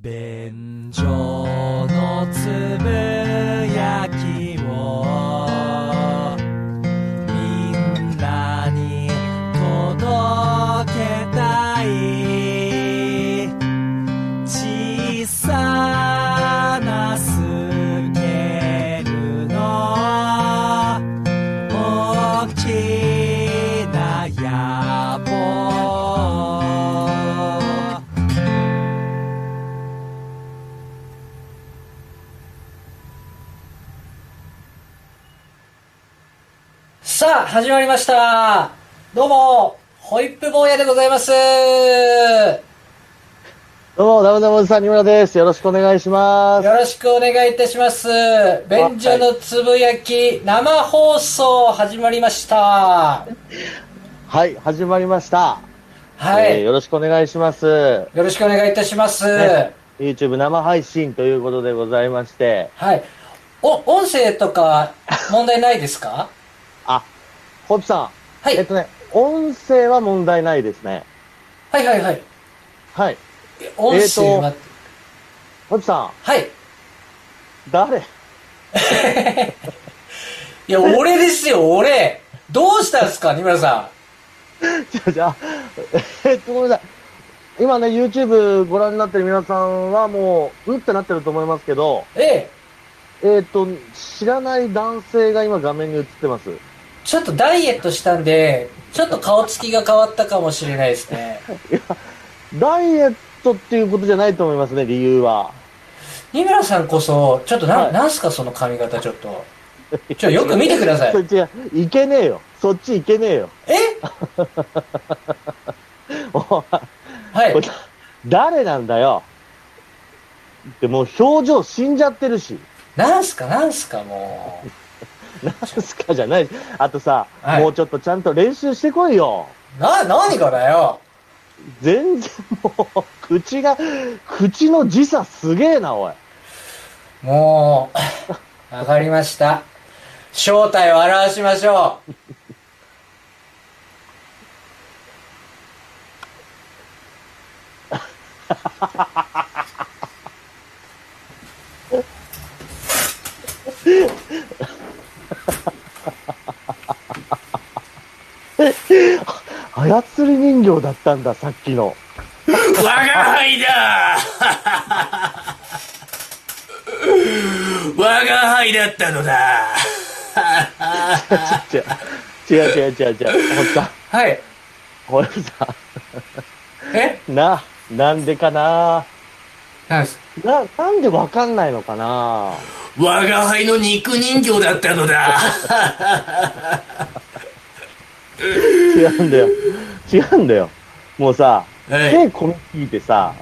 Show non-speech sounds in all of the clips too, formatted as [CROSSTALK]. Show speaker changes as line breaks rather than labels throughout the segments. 便所のつぶやきをみんなに届けたい小さなスケールの大きな野望
さあ、始まりました。どうも、ホイップ坊やでございます。
どうも、ダウンタウンおじさん、二村です。よろしくお願いします。
よろしくお願いいたします。便所のつぶやき、生放送始まりました。
はい、始まりました。
は
えー
い。
よろしくお願いします。
よろしくお願いいたします。
ね YouTube 生配信ということでございまして、
はい。お、音声とか問題ないです
[LAUGHS]
か
あ、ホップさ
は
ん、
い
えっ。とね、音声は問題ないですね。
はいはいはい。
はい、
え音声は、
ホップさ
はい。
ん、誰 [LAUGHS]
いや、俺ですよ、俺。どうしたんですか、二村さ
じゃあじゃあ、えっと、ごめんなさい。今ね、YouTube ご覧になってる皆さんはもう、うってなってると思いますけど、
ん。ええ。
えっと、知らない男性が今画面に映ってます。
ちょっとダイエットしたんで、ちょっと顔つきが変わったかもしれないです
[LAUGHS]
ね。
ダイエットっていうことじゃないと思いますね、理由は。
二村さんこそ、ちょっとな、
はい
なんすかその髪型ちょっと。ちょ、よく見てください
[LAUGHS] そ。っちが、いけねえよ。そっちいけねえよ。 [LAUGHS]
え
おいこ
はい
れ。誰なんだよ。でもう表情死んじゃってるし。 [LAUGHS]
なんすかなんすかも
なんすかじゃない。あとさ、
はい
もうちょっとちゃんと練習してこいよ。
う。な、何がだよ。
全然もう、 [LAUGHS] 口が、口の時差すげえな、おい。
もう、 [LAUGHS] わかりました。正体を表しましょう。
操り人形だったんだ、さっき
[LAUGHS]
の。
我が輩
[LAUGHS]
だ我が輩だったのだ
違う違う違う違う違う。ほっさん、
はい。
ほっさ
え
ん。な、なんでかな。
なんです
な、なんでわかんないのかな
我が輩の肉人形だったのだ
違うんだよ。違うんだよ。もうさ、
はい、
手こみ聞いてさ、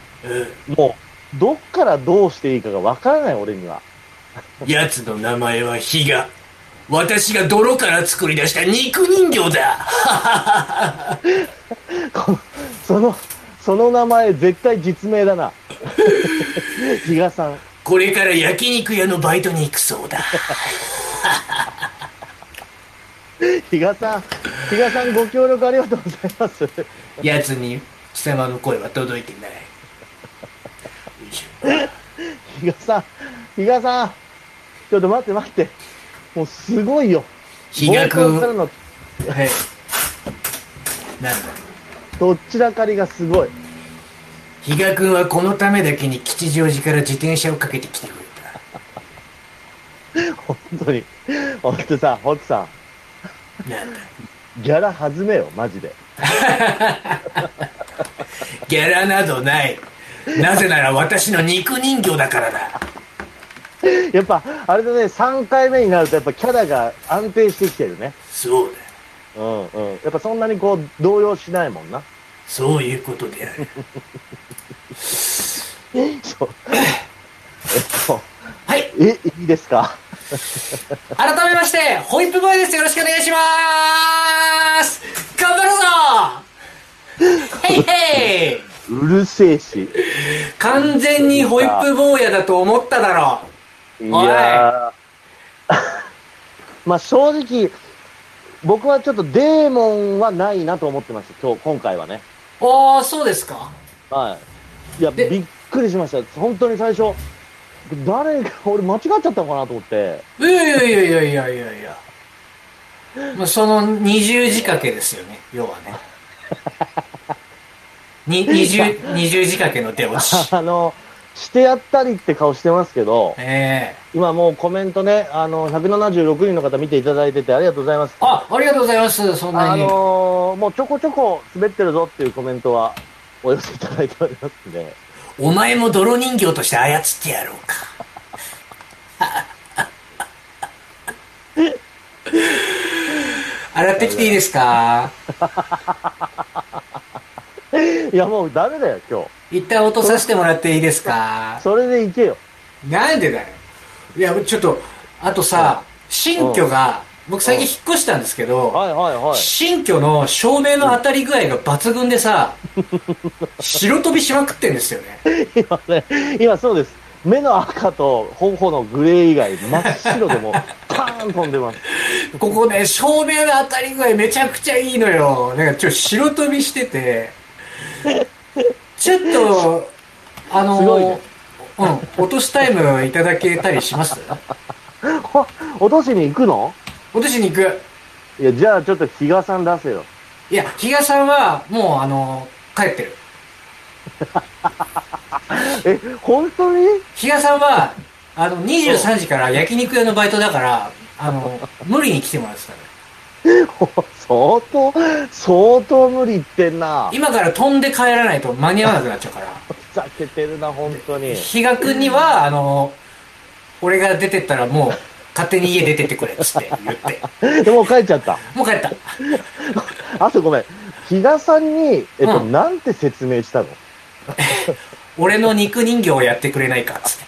もう、どっからどうしていいかがわからない俺には。
やつの名前は比嘉私が泥から作り出した肉人形だ
このその、その名前絶対実名だ
[LAUGHS]
な。比嘉さん。
これから焼肉屋のバイトに行くそうだ
比嘉さん、比嘉さんご協力ありがとうございます。
やつに貴様の声は届いてない
比嘉さん、比嘉さん、ちょっと待って待って。もうすごいよ。
比嘉
冒
君
頭からの
はいなんだ
どっちらかりがすごい。
比嘉君はこのためだけに吉祥寺から自転車をかけてきてくれ
本当に。本当さ、ホップさ
たなんだ
ん、ギャラ弾めよ、マジで。
ギャラなどないなぜなら私の肉人形だからだ
やっぱ、あれだね、3回目になると、やっぱキャラが安定してきてるね。
そうだ
うんうん。やっぱそんなにこう、動揺しないもんな。
そういうことである
そう。 [LAUGHS] え
はい。
っと、え、いいですか
改めまして、ホイップボーイです。よろしくお願いしまーす頑張
[LAUGHS]
るぞヘイヘイ
うるせえし。
完全にホイップ坊やだと思っただろ
いやー。 [LAUGHS] まあ正直、僕はちょっとデーモンはないなと思ってました、今日、今回はね。
う。ああ、そうですか
はい。いや、
で
びっくりしました。本当に最初、誰か、俺間違っちゃったのかなと思って。
いやいやいやいやいやいや。まあ、その二重仕掛けですよね、要はね。に二重、二重仕掛けの手落ち。
あの、してやったりって顔してますけど、
ええ
今もうコメントね、あの、176人の方見ていただいててありがとうございます。
あ、ありがとうございます、そんな
あ
に。
のーもうちょこちょこ滑ってるぞっていうコメントはお寄せいただいておりますんで、 [LAUGHS]
お前も泥人形として操ってやろうか。
洗ってきていいですか
いやもうダメだよ、今日。
一旦落とさせてもらっていいですか
それで行けよ。
なんでだよ。いや、ちょっと、あとさ、新居が、僕最近引っ越したんですけど、
はいはいはい。
新居の照明の当たり具合が抜群で
[LAUGHS]
さ、白飛びしまくってんですよね。
[LAUGHS] 今ね、今そうです。目の赤と頬のグレー以外、真っ白で [LAUGHS] もう、パーン飛んでます。 [LAUGHS]
ここね、照明の当たり具合めちゃくちゃいいのよ。なんかちょっと白飛びしてて、ちょっと、あの、
すごいね
うん、落としタイムいただけたりします
ほ落としに行くの
落としに行く。
いや、じゃあちょっと比嘉さん出せよ。
いや、比嘉さんは、もう、あの、帰ってる。
え、本当に [LAUGHS]
比嘉さんは、あの、23時から焼肉屋のバイトだから、あの、無理に来てもらってたのよ
相当、相当無理言ってんな。
今から飛んで帰らないと間に合わなくなっちゃうから。
ふざけてるな、本当に。
比嘉君には、あの、俺が出てったらもう、勝手に家出てってくれ、っつって言って。
で [LAUGHS] もう帰っちゃった。
もう帰った。
[LAUGHS] あとごめん。比嘉さんに、えっと、
うん
なんて説明したの
俺の肉人形をやってくれないか、っつって。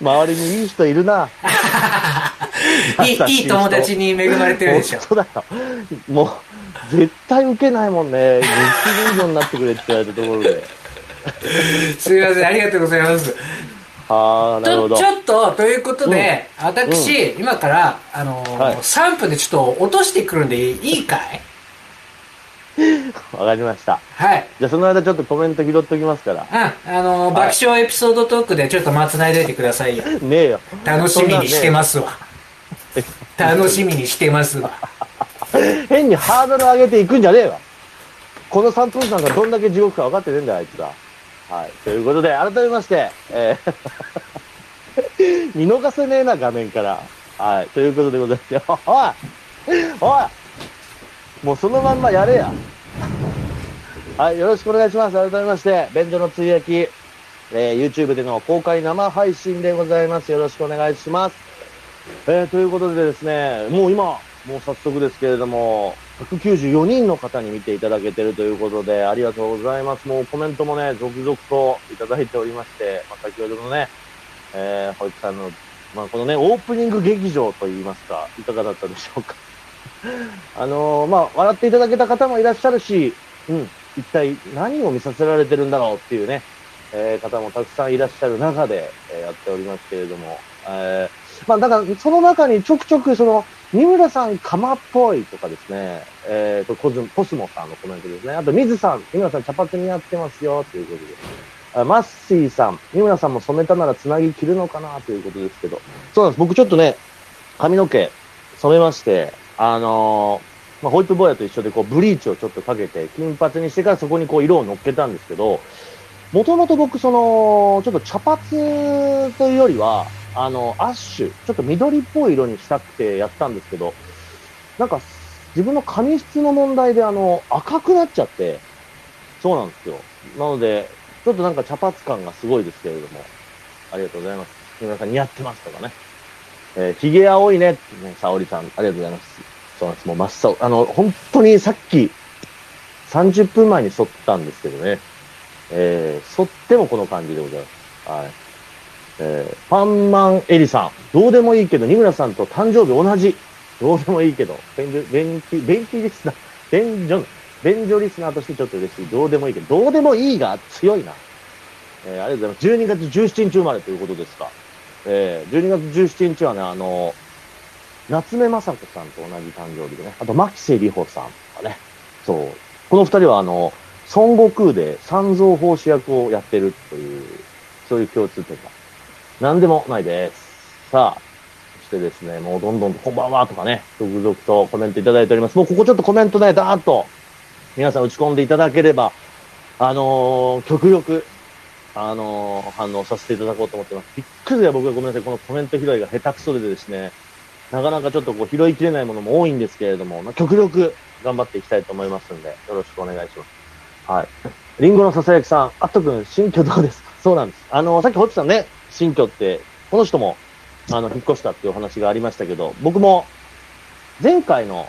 周りにいい人いるな。
[LAUGHS] いい、いい友達に恵まれてるでしょ。
本当だよ。もう、絶対受けないもんね。日記人形になってくれって言われたところで。
すいません、ありがとうございます。
ああ、なるほ
と
ど
ち。ょっとということで、私、今から、あのー
はい
3分でちょっと落としてくるんでいいかい
わかりました。
はい。
じゃあ、その間ちょっとコメント拾っときますから。
うん、あのー
はい
爆笑エピソードトークでちょっとまつないでいてくださいよ。
ねえよ。
楽しみにしてますわ。 [LAUGHS] 楽しみにしてますわ。
[LAUGHS] 変にハードル上げていくんじゃねえわ。この3分間がどんだけ地獄か分かってねえんだよ、あいつら。はい。ということで、改めまして、えー [LAUGHS] 見逃せねえな、画面から。はい。ということでございまして、おいおいもうそのまんまやれや。はい。よろしくお願いします。改めまして、便所のつぶやき、えー YouTube での公開生配信でございます。よろしくお願いします。えーということでですね、もう今、もう早速ですけれども、194人の方に見ていただけてるということで、ありがとうございます。もうコメントもね、続々といただいておりまして、まあ、先ほどのね、えー、保育さんの、まあ、このね、オープニング劇場といいますか、いかがだったでしょうか。 [LAUGHS] あのーまあ、笑っていただけた方もいらっしゃるし、うん、一体何を見させられてるんだろうっていうね、えー方もたくさんいらっしゃる中で、えーやっておりますけれども、えーまあ、だから、その中にちょくちょく、その、三村さん、釜っぽいとかですね、えーと、コズコスモさんのコメントですね。あと、水さん、三村さん、茶髪になってますよ、ということで。あマッシーさん、三村さんも染めたならつなぎ着るのかな、ということですけど。そうなんです。僕ちょっとね、髪の毛、染めまして、あのーまあ、ホイップ坊やと一緒で、こう、ブリーチをちょっとかけて、金髪にしてからそこにこう、色を乗っけたんですけど、もともと僕、その、ちょっと茶髪というよりは、あの、アッシュ、ちょっと緑っぽい色にしたくてやったんですけど、なんか、自分の髪質の問題で、あの、赤くなっちゃって、そうなんですよ。なので、ちょっとなんか茶髪感がすごいですけれども、ありがとうございます。皆さん似合ってますとかね。えー、髭青いねってね、沙織さん、ありがとうございます。そうなんです。もう真っ青。あの、本当にさっき、30分前に剃ったんですけどね。えー、沿ってもこの感じでございます。はい。えー、パンマンエリさん。どうでもいいけど、二村さんと誕生日同じ。どうでもいいけど、便所、便器、便器リスナー、便所、便所リスナーとしてちょっと嬉しい。どうでもいいけど、どうでもいいが強いな。えー、ありがとうございます。12月17日生まれということですか。えー、12月17日はね、あの夏目雅子さんと同じ誕生日でね、あと、牧瀬里穂さんとかね、そう。この二人は、あの、孫悟空で三蔵法師役をやってるという、そういう共通点が。なんでもないです。さあ、そしてですね、もうどんどんとこんばんはとかね、続々とコメントいただいております。もうここちょっとコメントね、だーっと、皆さん打ち込んでいただければ、あのー極力、あのー反応させていただこうと思ってます。びっくりで僕はごめんなさい、このコメント拾いが下手くそでですね、なかなかちょっとこう拾いきれないものも多いんですけれども、まあ極力頑張っていきたいと思いますんで、よろしくお願いします。はい。リンゴのささやきさん、あっとくん、新居どうですか [LAUGHS] そうなんです。あの、さっきホッチさんね、新居って、この人も、あの、引っ越したっていうお話がありましたけど、僕も、前回の、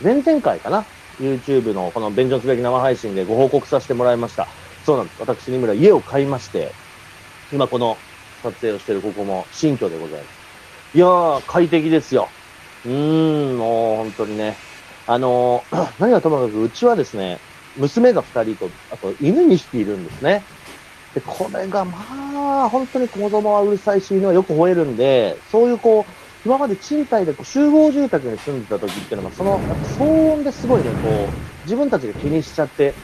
前々回かな ?YouTube のこの便乗すべき生配信でご報告させてもらいました。そうなんです。私、二村、家を買いまして、今この撮影をしているここも新居でございます。いやー、快適ですよ。うーん、もう本当にね。あのー [CLEARS THROAT] 何がともかく、うちはですね、娘が2人と、あと犬2匹いるんですね。で、これがまあ、本当に子供はうるさいし、犬はよく吠えるんで、そういうこう、今まで賃貸でこう集合住宅に住んでた時っていうのが、その、やっぱ騒音ですごいね、こう、自分たちが気にしちゃって、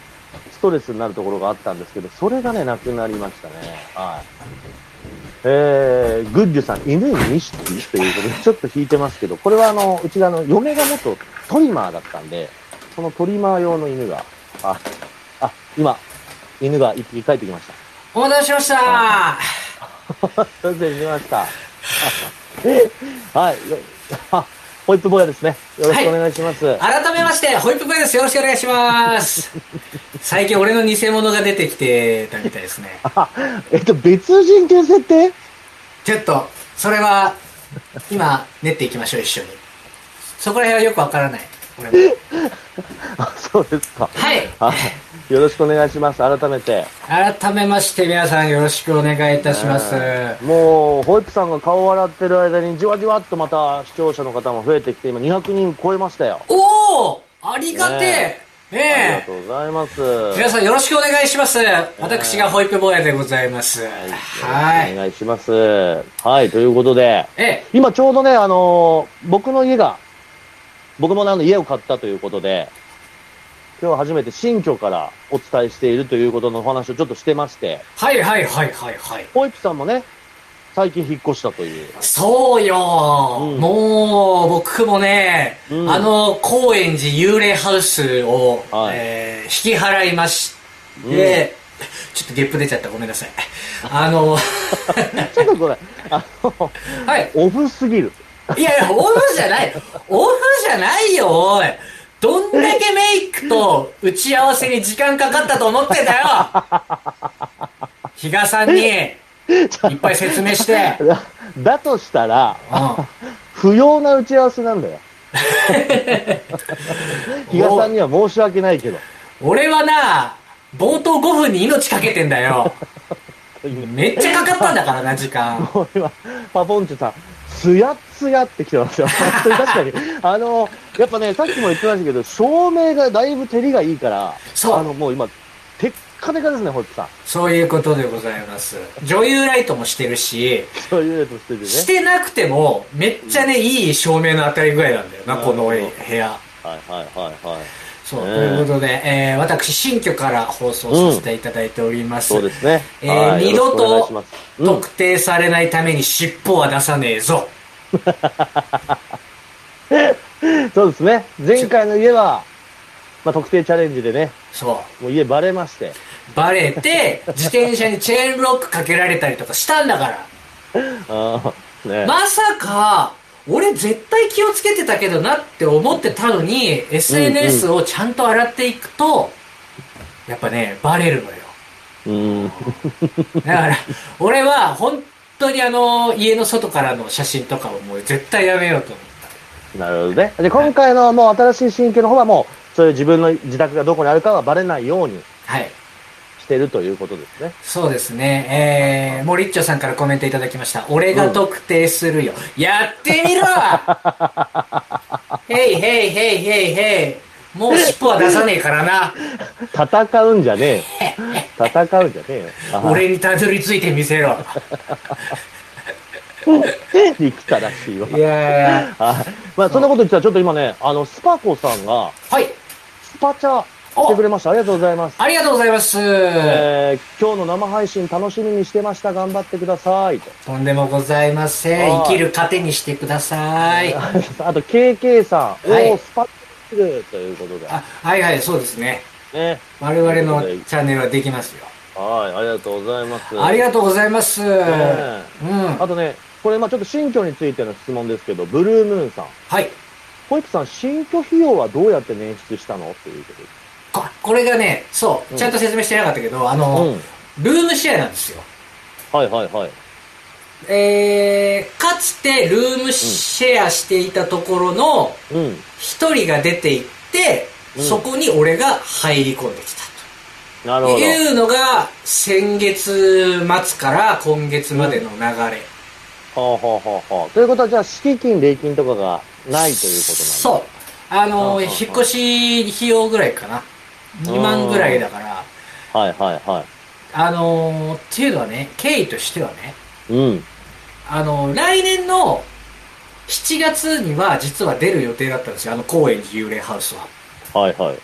ストレスになるところがあったんですけど、それがね、なくなりましたね。はい。えー、グッジュさん、犬に2匹ということで、ちょっと引いてますけど、これはあの、うちがあの、嫁が元トリマーだったんで、そのトリマー用の犬が、あ、あ、今、犬が1匹帰ってきました。
お待たせしました
先生見ました。はい。あ、ホイップ坊やですね。よろしくお願いします。
改めまして、ホイップボーイです。よろしくお願いします。最近俺の偽物が出てきてたみたいですね。
あえっと、別人という設定
ちょっと、それは、今、練っていきましょう、一緒に。そこら辺はよくわからない。俺も。
あ、そうですか。
はい。
あよろしくお願いします。改めて。
改めまして、皆さんよろしくお願いいたします。
もう、ホイップさんが顔を洗ってる間に、じわじわっとまた視聴者の方も増えてきて、今200人超えましたよ。
おおありがてえ
ありが
ね
とうございます。
え皆さんよろしくお願いします。私がホイップ坊やでございます。は
お
い。
願いします。はい、ということで。
え
今ちょうどね、あのー僕の家が、僕もねあの家を買ったということで、今日初めて新居からお伝えしているということのお話をちょっとしてまして、
はいはいはいはいはい。
ホイップさんもね、最近引っ越したという。
そうよ、
うん
もう、僕もね、
うん
あの、高円寺幽霊ハウスを、
はい
えー引き払いまして、ちょっとゲップ出ちゃった、ごめんなさい。あの、
ちょっとこれ、あの、
はい。
オフすぎる。 [LAUGHS]
いやいや、オフじゃない。オフじゃないよ、おい。どんだけメイクと打ち合わせに時間かかったと思ってんだよ
[LAUGHS]
比嘉さんに、いっぱい説明して。うん。
だだとしたら、不要な打ち合わせな
[LAUGHS]
んだよ。比嘉さんには申し訳ないけど。
俺はな、冒頭5分に命かけてんだよ。めっちゃかかったんだからな、時間。
これは、パポンチュさん、つやっつやってき
[LAUGHS]
てますよ。本当に確かに。あの、やっぱね、さっきも言ってましたけど、照明がだいぶ照りがいいから、
そう
あの、もう今、テッカテカですね、ホッチさん。
そういうことでございます。女優ライトもしてるし、
そういうやつしてるね。
してなくても、めっちゃね、いい照明の当たり具合なんだよな、
うん
この部屋。
はいはいはいはい。
そう、
ね
ということで、えー私、新居から放送させていただいております。
そうですね。
えー
はい
二度と
よろしくお願いしますうん
特定されないために尻尾は出さねえぞ。
そうですね。前回の家は、まあ、特定チャレンジでね、
そう。
もう家バレまして。
バレて、自転車にチェーンロックかけられたりとかしたんだから。
ああ、ね。
まさか、俺絶対気をつけてたけどなって思ってたのに、SNS をちゃんと洗っていくと、やっぱね、バレるのよ。
うん。 [LAUGHS]
だから、俺は本当にあの、家の外からの写真とかをもう絶対やめようと思っ
なるほどね。で、今回のもう新しい新居の方はもう、そういう自分の自宅がどこにあるかはバレないように
た。はい。
してるということですね。
そうですね。えー、モリッチョさんからコメントいただきました。俺が特定するよ。やって
[LAUGHS]
みろへいへいへいへいへい。もう尻尾は出さねえからな。
戦うんじゃねえよ。戦うんじゃねえよ。あ
俺にたどり着いてみせろ。
憎たらしいわ。
いや
あまあ、そんなこと言ってたら、ちょっと今ね、あの、スパコさんが、
はい。
スパチャ
お
来てくれました。ありがとうございます。
ありがとうございます。
えー今日の生配信楽しみにしてました。頑張ってください。と [LAUGHS]
とんでもございません。
はい
生きる糧にしてください。
あと、KK さん、
はい
おースパッツルということで。
あ、はいはい、そうですね。
ね。
我々のチャンネルはできますよ。
はい、ありがとうございます。
ありがとうございます。うん。
ね
は
あとね、これ、まあちょっと新居についての質問ですけど、ブルームーンさん。
い。
ホイップさん、新居費用はどうやって捻出したのっていうことで
ここれがね、そう、ちゃんと説明してなかったけど、あの、
す。
ルームシェアなんですよ。
うん。はいはいはい。
えー、かつてルームシェアしていたところの
うん。
一人が出て行って、
うん
そこに俺が入り込んできた
なる
と
ほど。
いうのが先月末から今月までの流れ、
ほうほうほうほう。ということは、じゃあ、敷金、礼金とかがないということなんう。
そうあの
うんうんうん
引っ越し費用ぐらいかな2万ぐらいだから
はいはいは
あのっていうのはね経緯としてはね
い。うん。
あの来年の7月には実は出る予定だったんですよあの高円寺幽霊ハウスは
はいはい。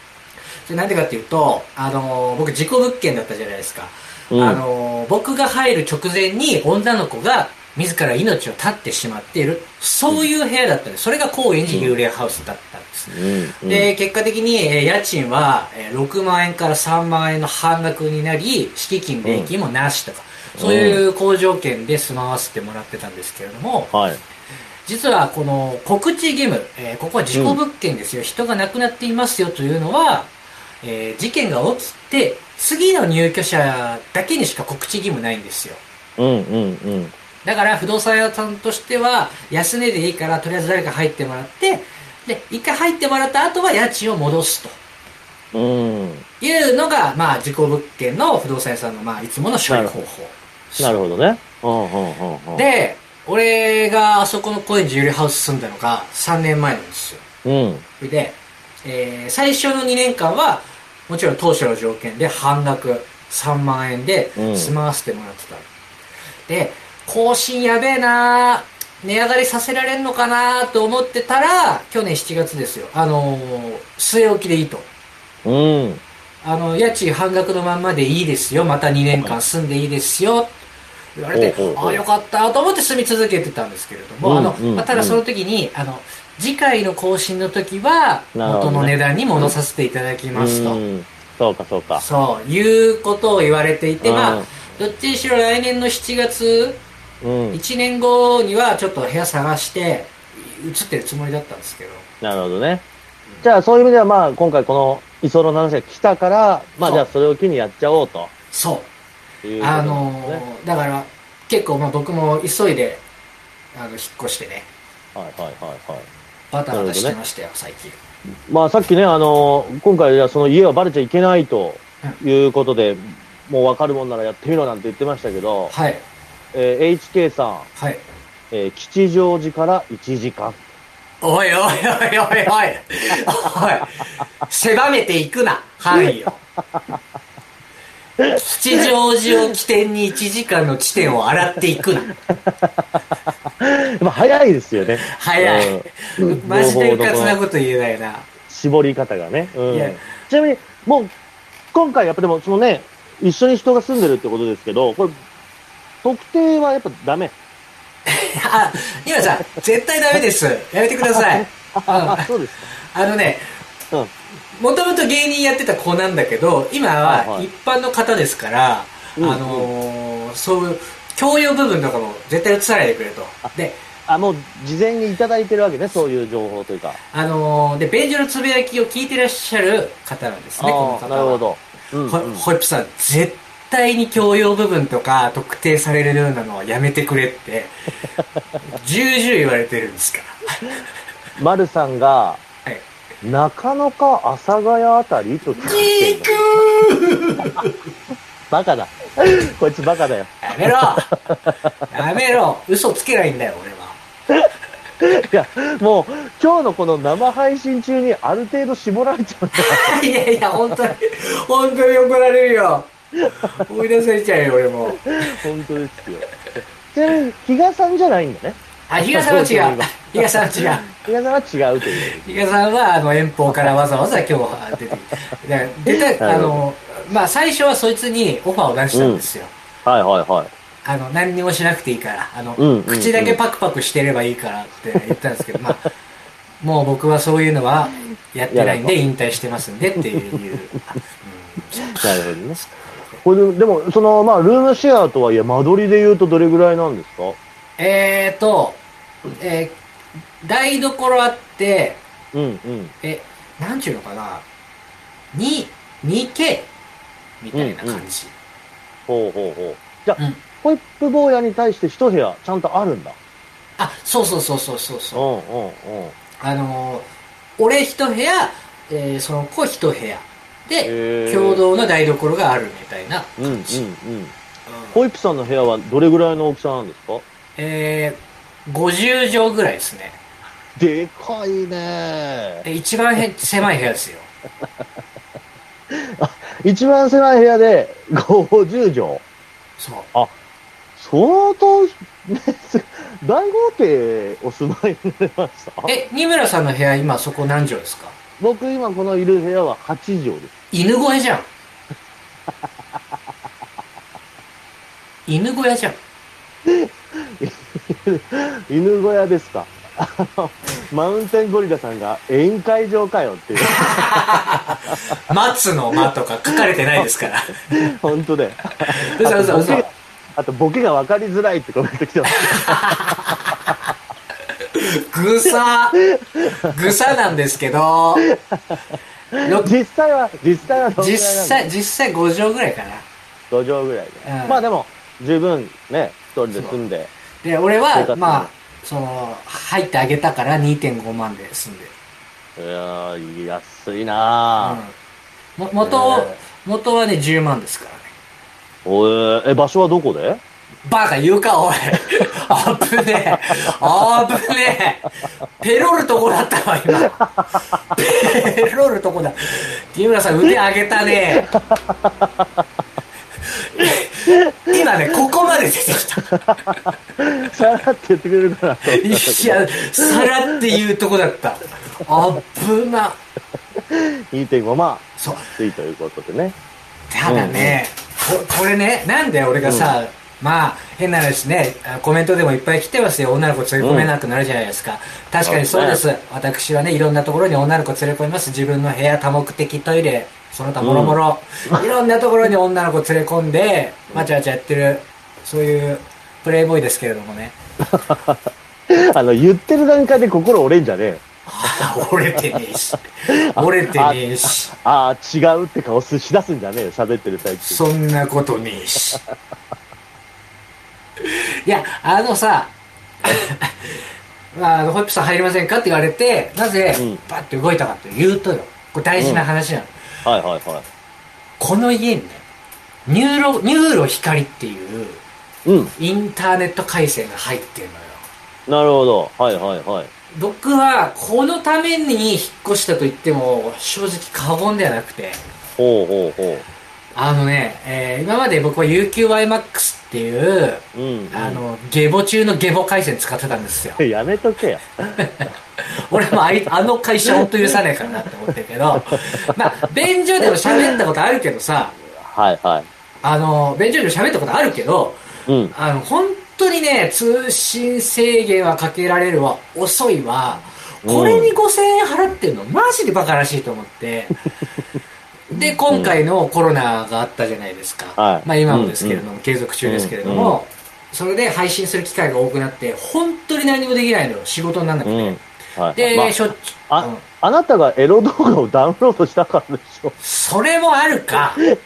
でなんでかっていうと、あのー僕、事故物件だったじゃないですか。
うん
あのー僕が入る直前に女の子が自ら命を絶ってしまっている、そういう部屋だったんです。それが高円寺幽霊ハウスだったんです。
うん。
で、結果的に、えー家賃は、えー6万円から3万円の半額になり、敷金、礼金もなしとか、そういう好条件で住まわせてもらってたんですけれども、
うん、はい。
実はこの告知義務、えーここは事故物件ですよ、人が亡くなっていますよというのは、えー事件が起きて、次の入居者だけにしか告知義務ないんですよ。
うんうんうん。
だから不動産屋さんとしては、安値でいいから、とりあえず誰か入ってもらって、で、一回入ってもらった後は家賃を戻すと
うん。
いうのが、まあ、事故物件の不動産屋さんの、まあ、いつもの処理方法。
なるほどね。うんうんうんうん。、
で、俺があそこの高円寺ゆりハウス住んだのが3年前なんですよ。
うん。
で、えー最初の2年間はもちろん当初の条件で半額3万円で
うん
済まわせてもらってた、で更新やべえな値上がりさせられんのかなと思ってたら去年7月ですよあのー据え置きでいいと
うん。
あの家賃半額のまんまでいいですよまた2年間住んでいいですよ言われて
おうおうおう
ああよかったと思って住み続けてたんですけれども、
うん
あの
うん
まあ、ただその時に、あの次回の更新の時は
なるほどね
元の値段に戻させていただきますと、
うん。そうかそうか。
そういうことを言われていて、ま
う
あ
ん
どっちにしろ来年の7月
うん。
1年後にはちょっと部屋探して移ってるつもりだったんですけど
なるほどね。じゃあ、そういう意味では、まあ、今回この、居候の話が来たから、ま
そ
あ、
う
じゃあ、それを機にやっちゃおうと
そう
いうこと
あ
なん
の
ですね。
ーだから結構まあ僕も急いであの引っ越してね
はいはいはいはい。
バタバタしてましたよ、最近
まあ、さっきね、あのー今回、じゃあその家はバレちゃいけないということで、もうわかるもんならやってみろなんて言ってましたけど、
はい
えー HK さん、
はい
えー吉祥寺から1時間。 [LAUGHS]
おいおいおいおいおいおい狭めていくな範囲を吉祥寺を起点に1時間の地点を洗っていくな
まあ、早いですよね。
早い
うん
マジでうかつなこと言えないな
絞り方がね。うん
いや
ちなみに、もう、今回やっぱでも、そのね、一緒に人が住んでるってことですけど、これ、特定はやっぱダメ。
あ [LAUGHS] 今さん絶対ダメですやめてください、う
[LAUGHS]
ん
あ、そうです
あのね
か。うん。
もともと芸人やってた子なんだけど今
はいは
はい一般の方ですから、
うん
あのーそういう教養部分とかも絶対映さないでくれとで
あ、もう、事前にいただいてるわけね、そういう情報というか。
あのーで便所のつぶやきを聞いてらっしゃる方なんですねこの方
あ
は
あ、なるほど。うんうん
ほホイップさん絶対に教養部分とか特定されるようなのはやめてくれって
[LAUGHS]
重々言われてるんですか
丸さんが、
らはい
中野か阿佐ヶ谷あたりと聞いてる。バカだ。こいつバカだよ。
やめろ [LAUGHS] やめろ嘘つけないんだよ俺はい [LAUGHS]
や、もう、今日のこの生配信中にある程度絞られちゃうんだ。
いやいや、本当に、本当に怒られるよ。追い出されちゃうよ、俺も。
本当ですよ。ちなみに、比嘉さんじゃないんだね。
あ、比嘉さんは
そうそう
違
いううの。
比嘉さんは違う。
比嘉さんは違うという。
比嘉さんはあの遠方からわざわざ今日は出て、で出た、あの、まあ最初はそいつにオファーを出したんですよ。
はいはいはい。
あの、何にもしなくていいから、あの、
うんうんうん
口だけパクパクしてればいいからって言ったんですけど、まあ、もう僕はそういうのはやってないんで、引退してますんでっていう。
なるほどね。これででも、その、まあ、ルームシェアとはいえ、間取りで言うとどれぐらいなんですか
えーと、えー台所あって、
うんうん。
え、なんちゅうのかな、に、2K みたいな感じ。
ほうほうほう。じゃあ、
うん
ホイップ坊やに対して一部屋ちゃんとあるんだ。
あ、そうそうそうそうそう
うん
そう。
うんうん。
あのー俺一部屋、えーその子一部屋。で、
へー
共同の台所があるみたいな
うんうんう
感じ。
ん。
うん
ホイップさんの部屋はどれぐらいの大きさなんですか
えー、50畳ぐらいですね。
でかいね
で一番へ狭い部屋ですよ。
一番狭い部屋で50畳。
そう。
相当、ね、す大豪邸お住まいになりました
え、二村さんの部屋、今そこ何畳ですか
[LAUGHS] 僕今このいる部屋は8畳です。
犬小屋じゃん。犬小屋じゃん。
犬小屋ですか。 [LAUGHS] あのマウンテンゴリラさんが宴会場かよっていう。
松の間とか書かれてないですから。
[LAUGHS] 本当で。
嘘嘘嘘。
あとボケが分かりづらいってコメント来
[LAUGHS]
てます。
ぐさ、ぐさなんですけど、ろく
実際は、実際はどのぐらいなん
実
ですか
際、実際5畳ぐらいかな。
5畳ぐらいで
うん。
まあでも、十分ね、一人で住んで。
で、俺
そうだ
は、
ね
まあ、その、入ってあげたから2.5万で住んでる。
いやー、安い
うん
な
も元を、
ね
元はね、10万ですからね。
ーおええ、場所はどこ
[LAUGHS]
で
バカ言うか、おい。あぶねえ。あぶねえ。ペロるとこだったわ、今。ペロるとこだ。木村さん、腕上げたね。今ね、ここまで出てきた。
さらって言ってくれるかなと思ったんだ
いや、さらって言うとこだった。あぶな。
けど2.5万
そう。
安いということでね。
ただね、ここれね、なんで俺がさ、まあ、変な話ね、あコメントでもいっぱい来てますよ。女の子連れ込めなくなるじゃないですか。確かにそうです。私はね、いろんなところに女の子連れ込みます。自分の部屋、多目的トイレ、その他もろもろ。いろん [LAUGHS] なところに女の子連れ込んで、わちゃわちゃやってる、そういうプレイボーイですけれどもね。 [LAUGHS]
あの、言ってる段階で心折れんじゃねえよ。
折れてねえ [LAUGHS] し。折れてねえし。
ああ、違うって顔し出すんじゃねえよ、喋ってる最中。
そんなことねえし。いや、あのさ、 [LAUGHS] まあ、あのホイップさん入りませんかって言われて、なぜ
うん、
バッて動いたかって言うとよ。これ大事な話なの。
はいはいは
この家にね、ニューロ、ニューロ光っていう
い。うん、
インターネット回線が入ってるのよ。
なるほど。はいはいはい。
僕は、このために引っ越したと言っても、正直過言ではなくて、
ほうほうほ
あのね、えー今まで僕は UQYMAX っていう、
う。うん、うん。
あの、ゲボ中のゲボ回線使ってたんですよ。 [LAUGHS]
やめとけや。
俺もあいあの会社本当許さねえからなって思ってるけ
[LAUGHS]
ど、まあ、便所でも喋ったことあるけどさ、
はいは
あの、便所でも喋ったことあるけど、
い。うん。
あの、本当にね、通信制限はかけられるわ、遅いわ、これに5000円払ってるの、マジでバカらしいと思
[LAUGHS]
って。で、今回のコロナがあったじゃないですか。
はい
まあ今もですけれども、継続中ですけれども、それで配信する機会が多くなって、本当に何もできないのよ、仕事になんなく
う
て。
ん。はい。
で、
ま
しょっちゅう [LAUGHS]
あ、
うん
あ、あなたがエロ動画をダウンロードしたからでしょ。
それもあるか。
ベン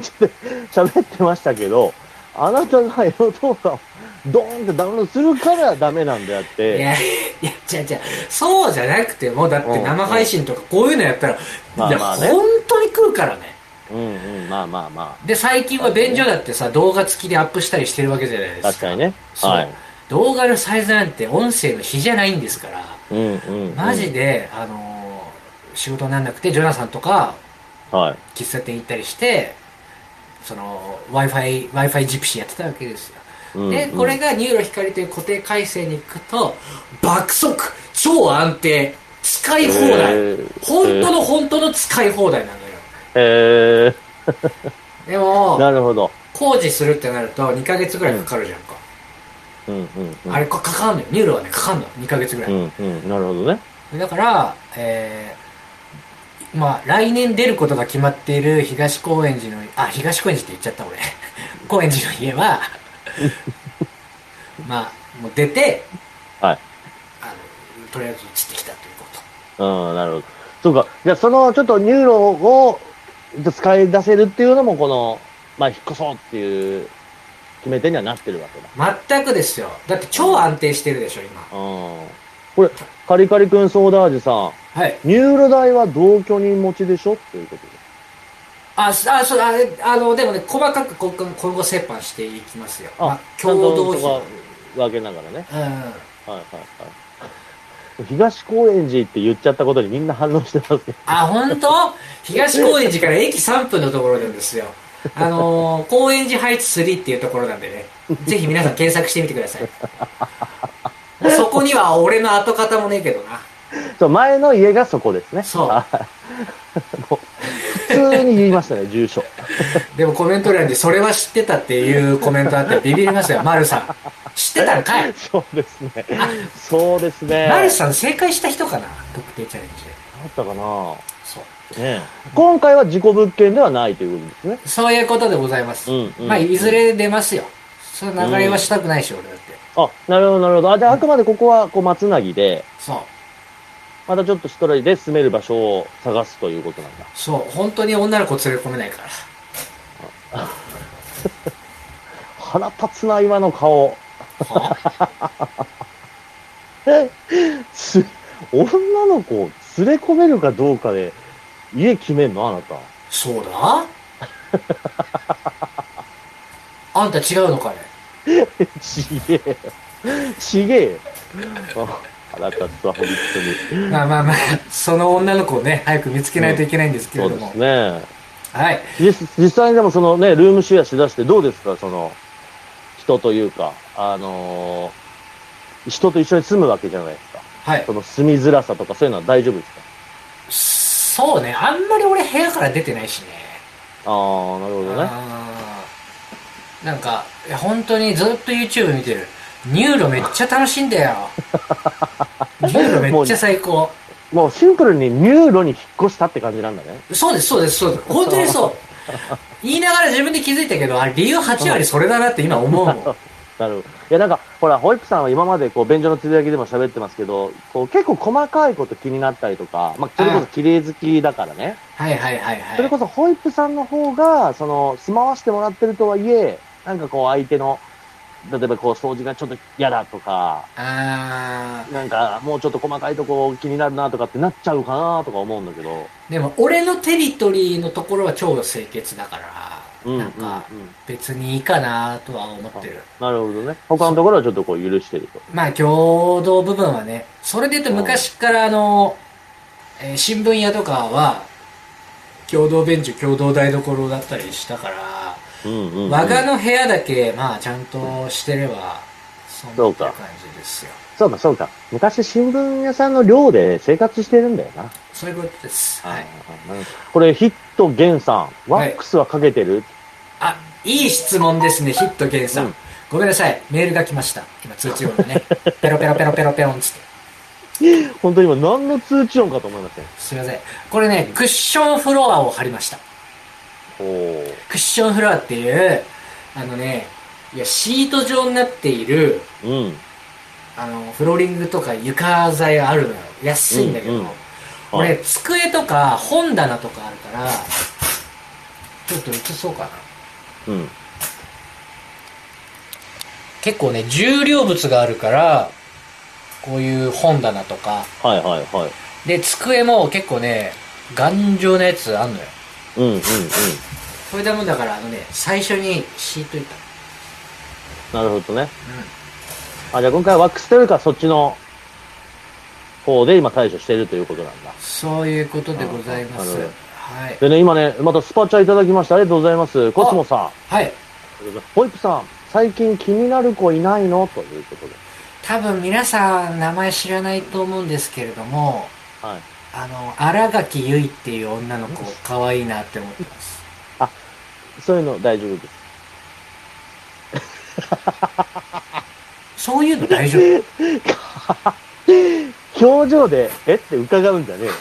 チで喋ってましたけど、あなたがエロ動画をドーンってダウンロードするからダメなんであっ
い
て、
や、いや、違う違う。そうじゃなくても、だって生配信とかこういうのやったら、
うん
いや、
まあまあね
本当に来るからね。
うんうん、まあまあま
で、最近は便所だってさ、動画付きでアップしたりしてるわけじゃないです
あ、
か。
確かにね。
そう、
はい。
動画のサイズなんて音声の比じゃないんですから、
うんうん、うん。
マジで、あのー仕事になんなくて、ジョナサンとか、
はい。
喫茶店行ったりして、その、Wi-Fi、Wi-Fi ジプシーやってたわけですよ。
うん
ね、これがニューロ光という固定回生に行くと、爆速、超安定、使い放題。
へー
本当の本当の使い放題なのよ。
え
で
ー、
も、
なるほど。
工事するってなると2ヶ月ぐらいかかるじゃんか。
うんうんうん。
あれかかかんのよ。ニューロはね、かかんのよ。2ヶ月ぐらい。
うんうん。なるほどね。
だから、えー、まあ、来年出ることが決まっている東高円寺の、あ、東高円寺って言っちゃった俺。 [LAUGHS] 高円寺の家
[LAUGHS]
は、まあ、もう出て、
はい。
あの、とりあえず移ってきたということ。
うん、なるほど。そうか。じゃあ、その、ちょっとニューロを使い出せるっていうのも、この、まあ、引っ越そうっていう決め手にはなってるわけだ。
全くですよ。だって超安定してるでしょ、今。
うん。これ、カリカリ君ソーダ味さ
はい。
ん、ニューロ代は同居人持ちでしょっていうことで。
あ、すあ、そう、あえあの、でもね、細かくこ今後折半していきますよ。まあ、
ちゃん
共
と
同
そこは
費。
分けながらね。
うん。
はいはいはい。東高円寺って言っちゃったことにみんな反応してますね。 [LAUGHS]
あ、本当？東高円寺から駅3分のところなんですよ。あのー、高円寺ハイツ3っていうところなんでね、ぜひ皆さん検索してみてください。そこには俺の跡形もねえけどな。
そう、前の家がそこですね。
そう
あもう普通に言いましたね、住所。
でもコメント欄でそれは知ってたっていうコメントあってビビりましたよ、丸さん。知ってたのかい
そうですね。そうですね。
丸さん正解した人かな特定チャレンジで。
あったかな
そう。
ねえ今回は事故物件ではないということですね。
そういうことでございます。
うんうん
まあ、いずれ出ますよ。その流れはしたくないし、俺だって。
あ、なるほど、なるほど。あ、じゃあ、あくまでここは、こう、松なぎで、
そう。
またちょっと一人で住める場所を探すということなんだ。
そう。本当に女の子連れ込めないから。
腹立つな、今の顔。
はあ
[LAUGHS] す、女の子を連れ込めるかどうかで、家決めんのあなた。
そうだ [LAUGHS] あんた違うのかね
ちげえ。ちげえよ。あ腹立つわ、本当に。
まあまあまあ、その女の子をね、早く見つけないといけないんですけ
そ
れど
うで
も。
すね。
はい。
実実際にでもそのね、ルームシェアしだしてどうですか、その、人というか、あのー人と一緒に住むわけじゃないですか。
はい
そ。の住みづらさとかそういうのは大丈夫ですか
そうね。あんまり俺部屋から出てないしね。
ああ、なるほどね。
あーなんか、いや本当にずっと YouTube 見てる。ニューロめっちゃ楽しいんだよ。
[LAUGHS]
ニューロめっちゃ最高。
もうシンプルにニューロに引っ越したって感じなんだね。
そうです、そうです、そうです。本当にそう。言いながら自分で気づいたけど、あ、理由8割それだなって今思う
[LAUGHS]
もん。
なるほど。いや、なんか、ほら、ホイップさんは今までこう、便所のつぶやきでも喋ってますけど、こう、結構細かいこと気になったりとか、まあ、それこそ綺麗好きだからね。
はいはいはいはい。
それこそホイップさんの方が、その、住まわしてもらってるとはいえ、なんかこう相手の、例えばこう掃除がちょっと嫌だとか、
あ
なんかもうちょっと細かいとこ気になるなとかってなっちゃうかなとか思うんだけど、
ーでも俺のテリトリーのところは超清潔だから、
うん、うん、う
なん
ん。
か別にいいかなとは思ってる。
なるほどね。他のところはちょっとこう許してると。
まあ共同部分はね、それで言うと昔からあの、えー新聞屋とかは、共同便所、共同台所だったりしたから、
うん、うん。
我が
うん
の部屋だけ、まあちゃんとしてれば、そん
そう
な
か
感じですよ。
そうか、そうか。昔新聞屋さんの寮で生活してるんだよな。
そういうことです。はい。
あー。なるほどこれ、ヒットゲンさん、ワ
はい
ックスはかけてる、
あ、いい質問ですね、ヒットゲンさん。
うん
ごめんなさい、メールが来ました。今、通知音で
[LAUGHS]
ね。ペロペロペロペロペロンっつって。
本当に今何の通知音かと思いません。
すいません。これね、クッションフロアを貼りました。
おー。
クッションフロアっていう、あのね、いや、シート状になっている、
うん。
あの、フローリングとか床材あるのよ。安いんだけど。
うんうん
俺、机とか本棚とかあるから、ちょっと映そうかな。
うん。
結構ね、重量物があるから、こういう本棚とか、
はいはいはい。
で、机も結構ね、頑丈なやつあんのよ。
うんうんうん。
これだもんだから、あのね、最初に敷いといた。
なるほどね。あ、じゃあ今回はワックスというよりかはそっちの方で今対処してるということなんだ。
そういうことでございま
あ
す
なる。
はい。
でね、今ね、またスパチャいただきました。ありがとうございます。コスモさんあ
はい。
りがとうございます。ホイップさん、最近気になる子いないのということで。
多分皆さん名前知らないと思うんですけれども、
はい。
あの、新垣結衣っていう女の子、可愛いなって思ってます。
そういうの大丈夫です。
そういうの大丈夫
表情で、えって伺うんじゃねえよ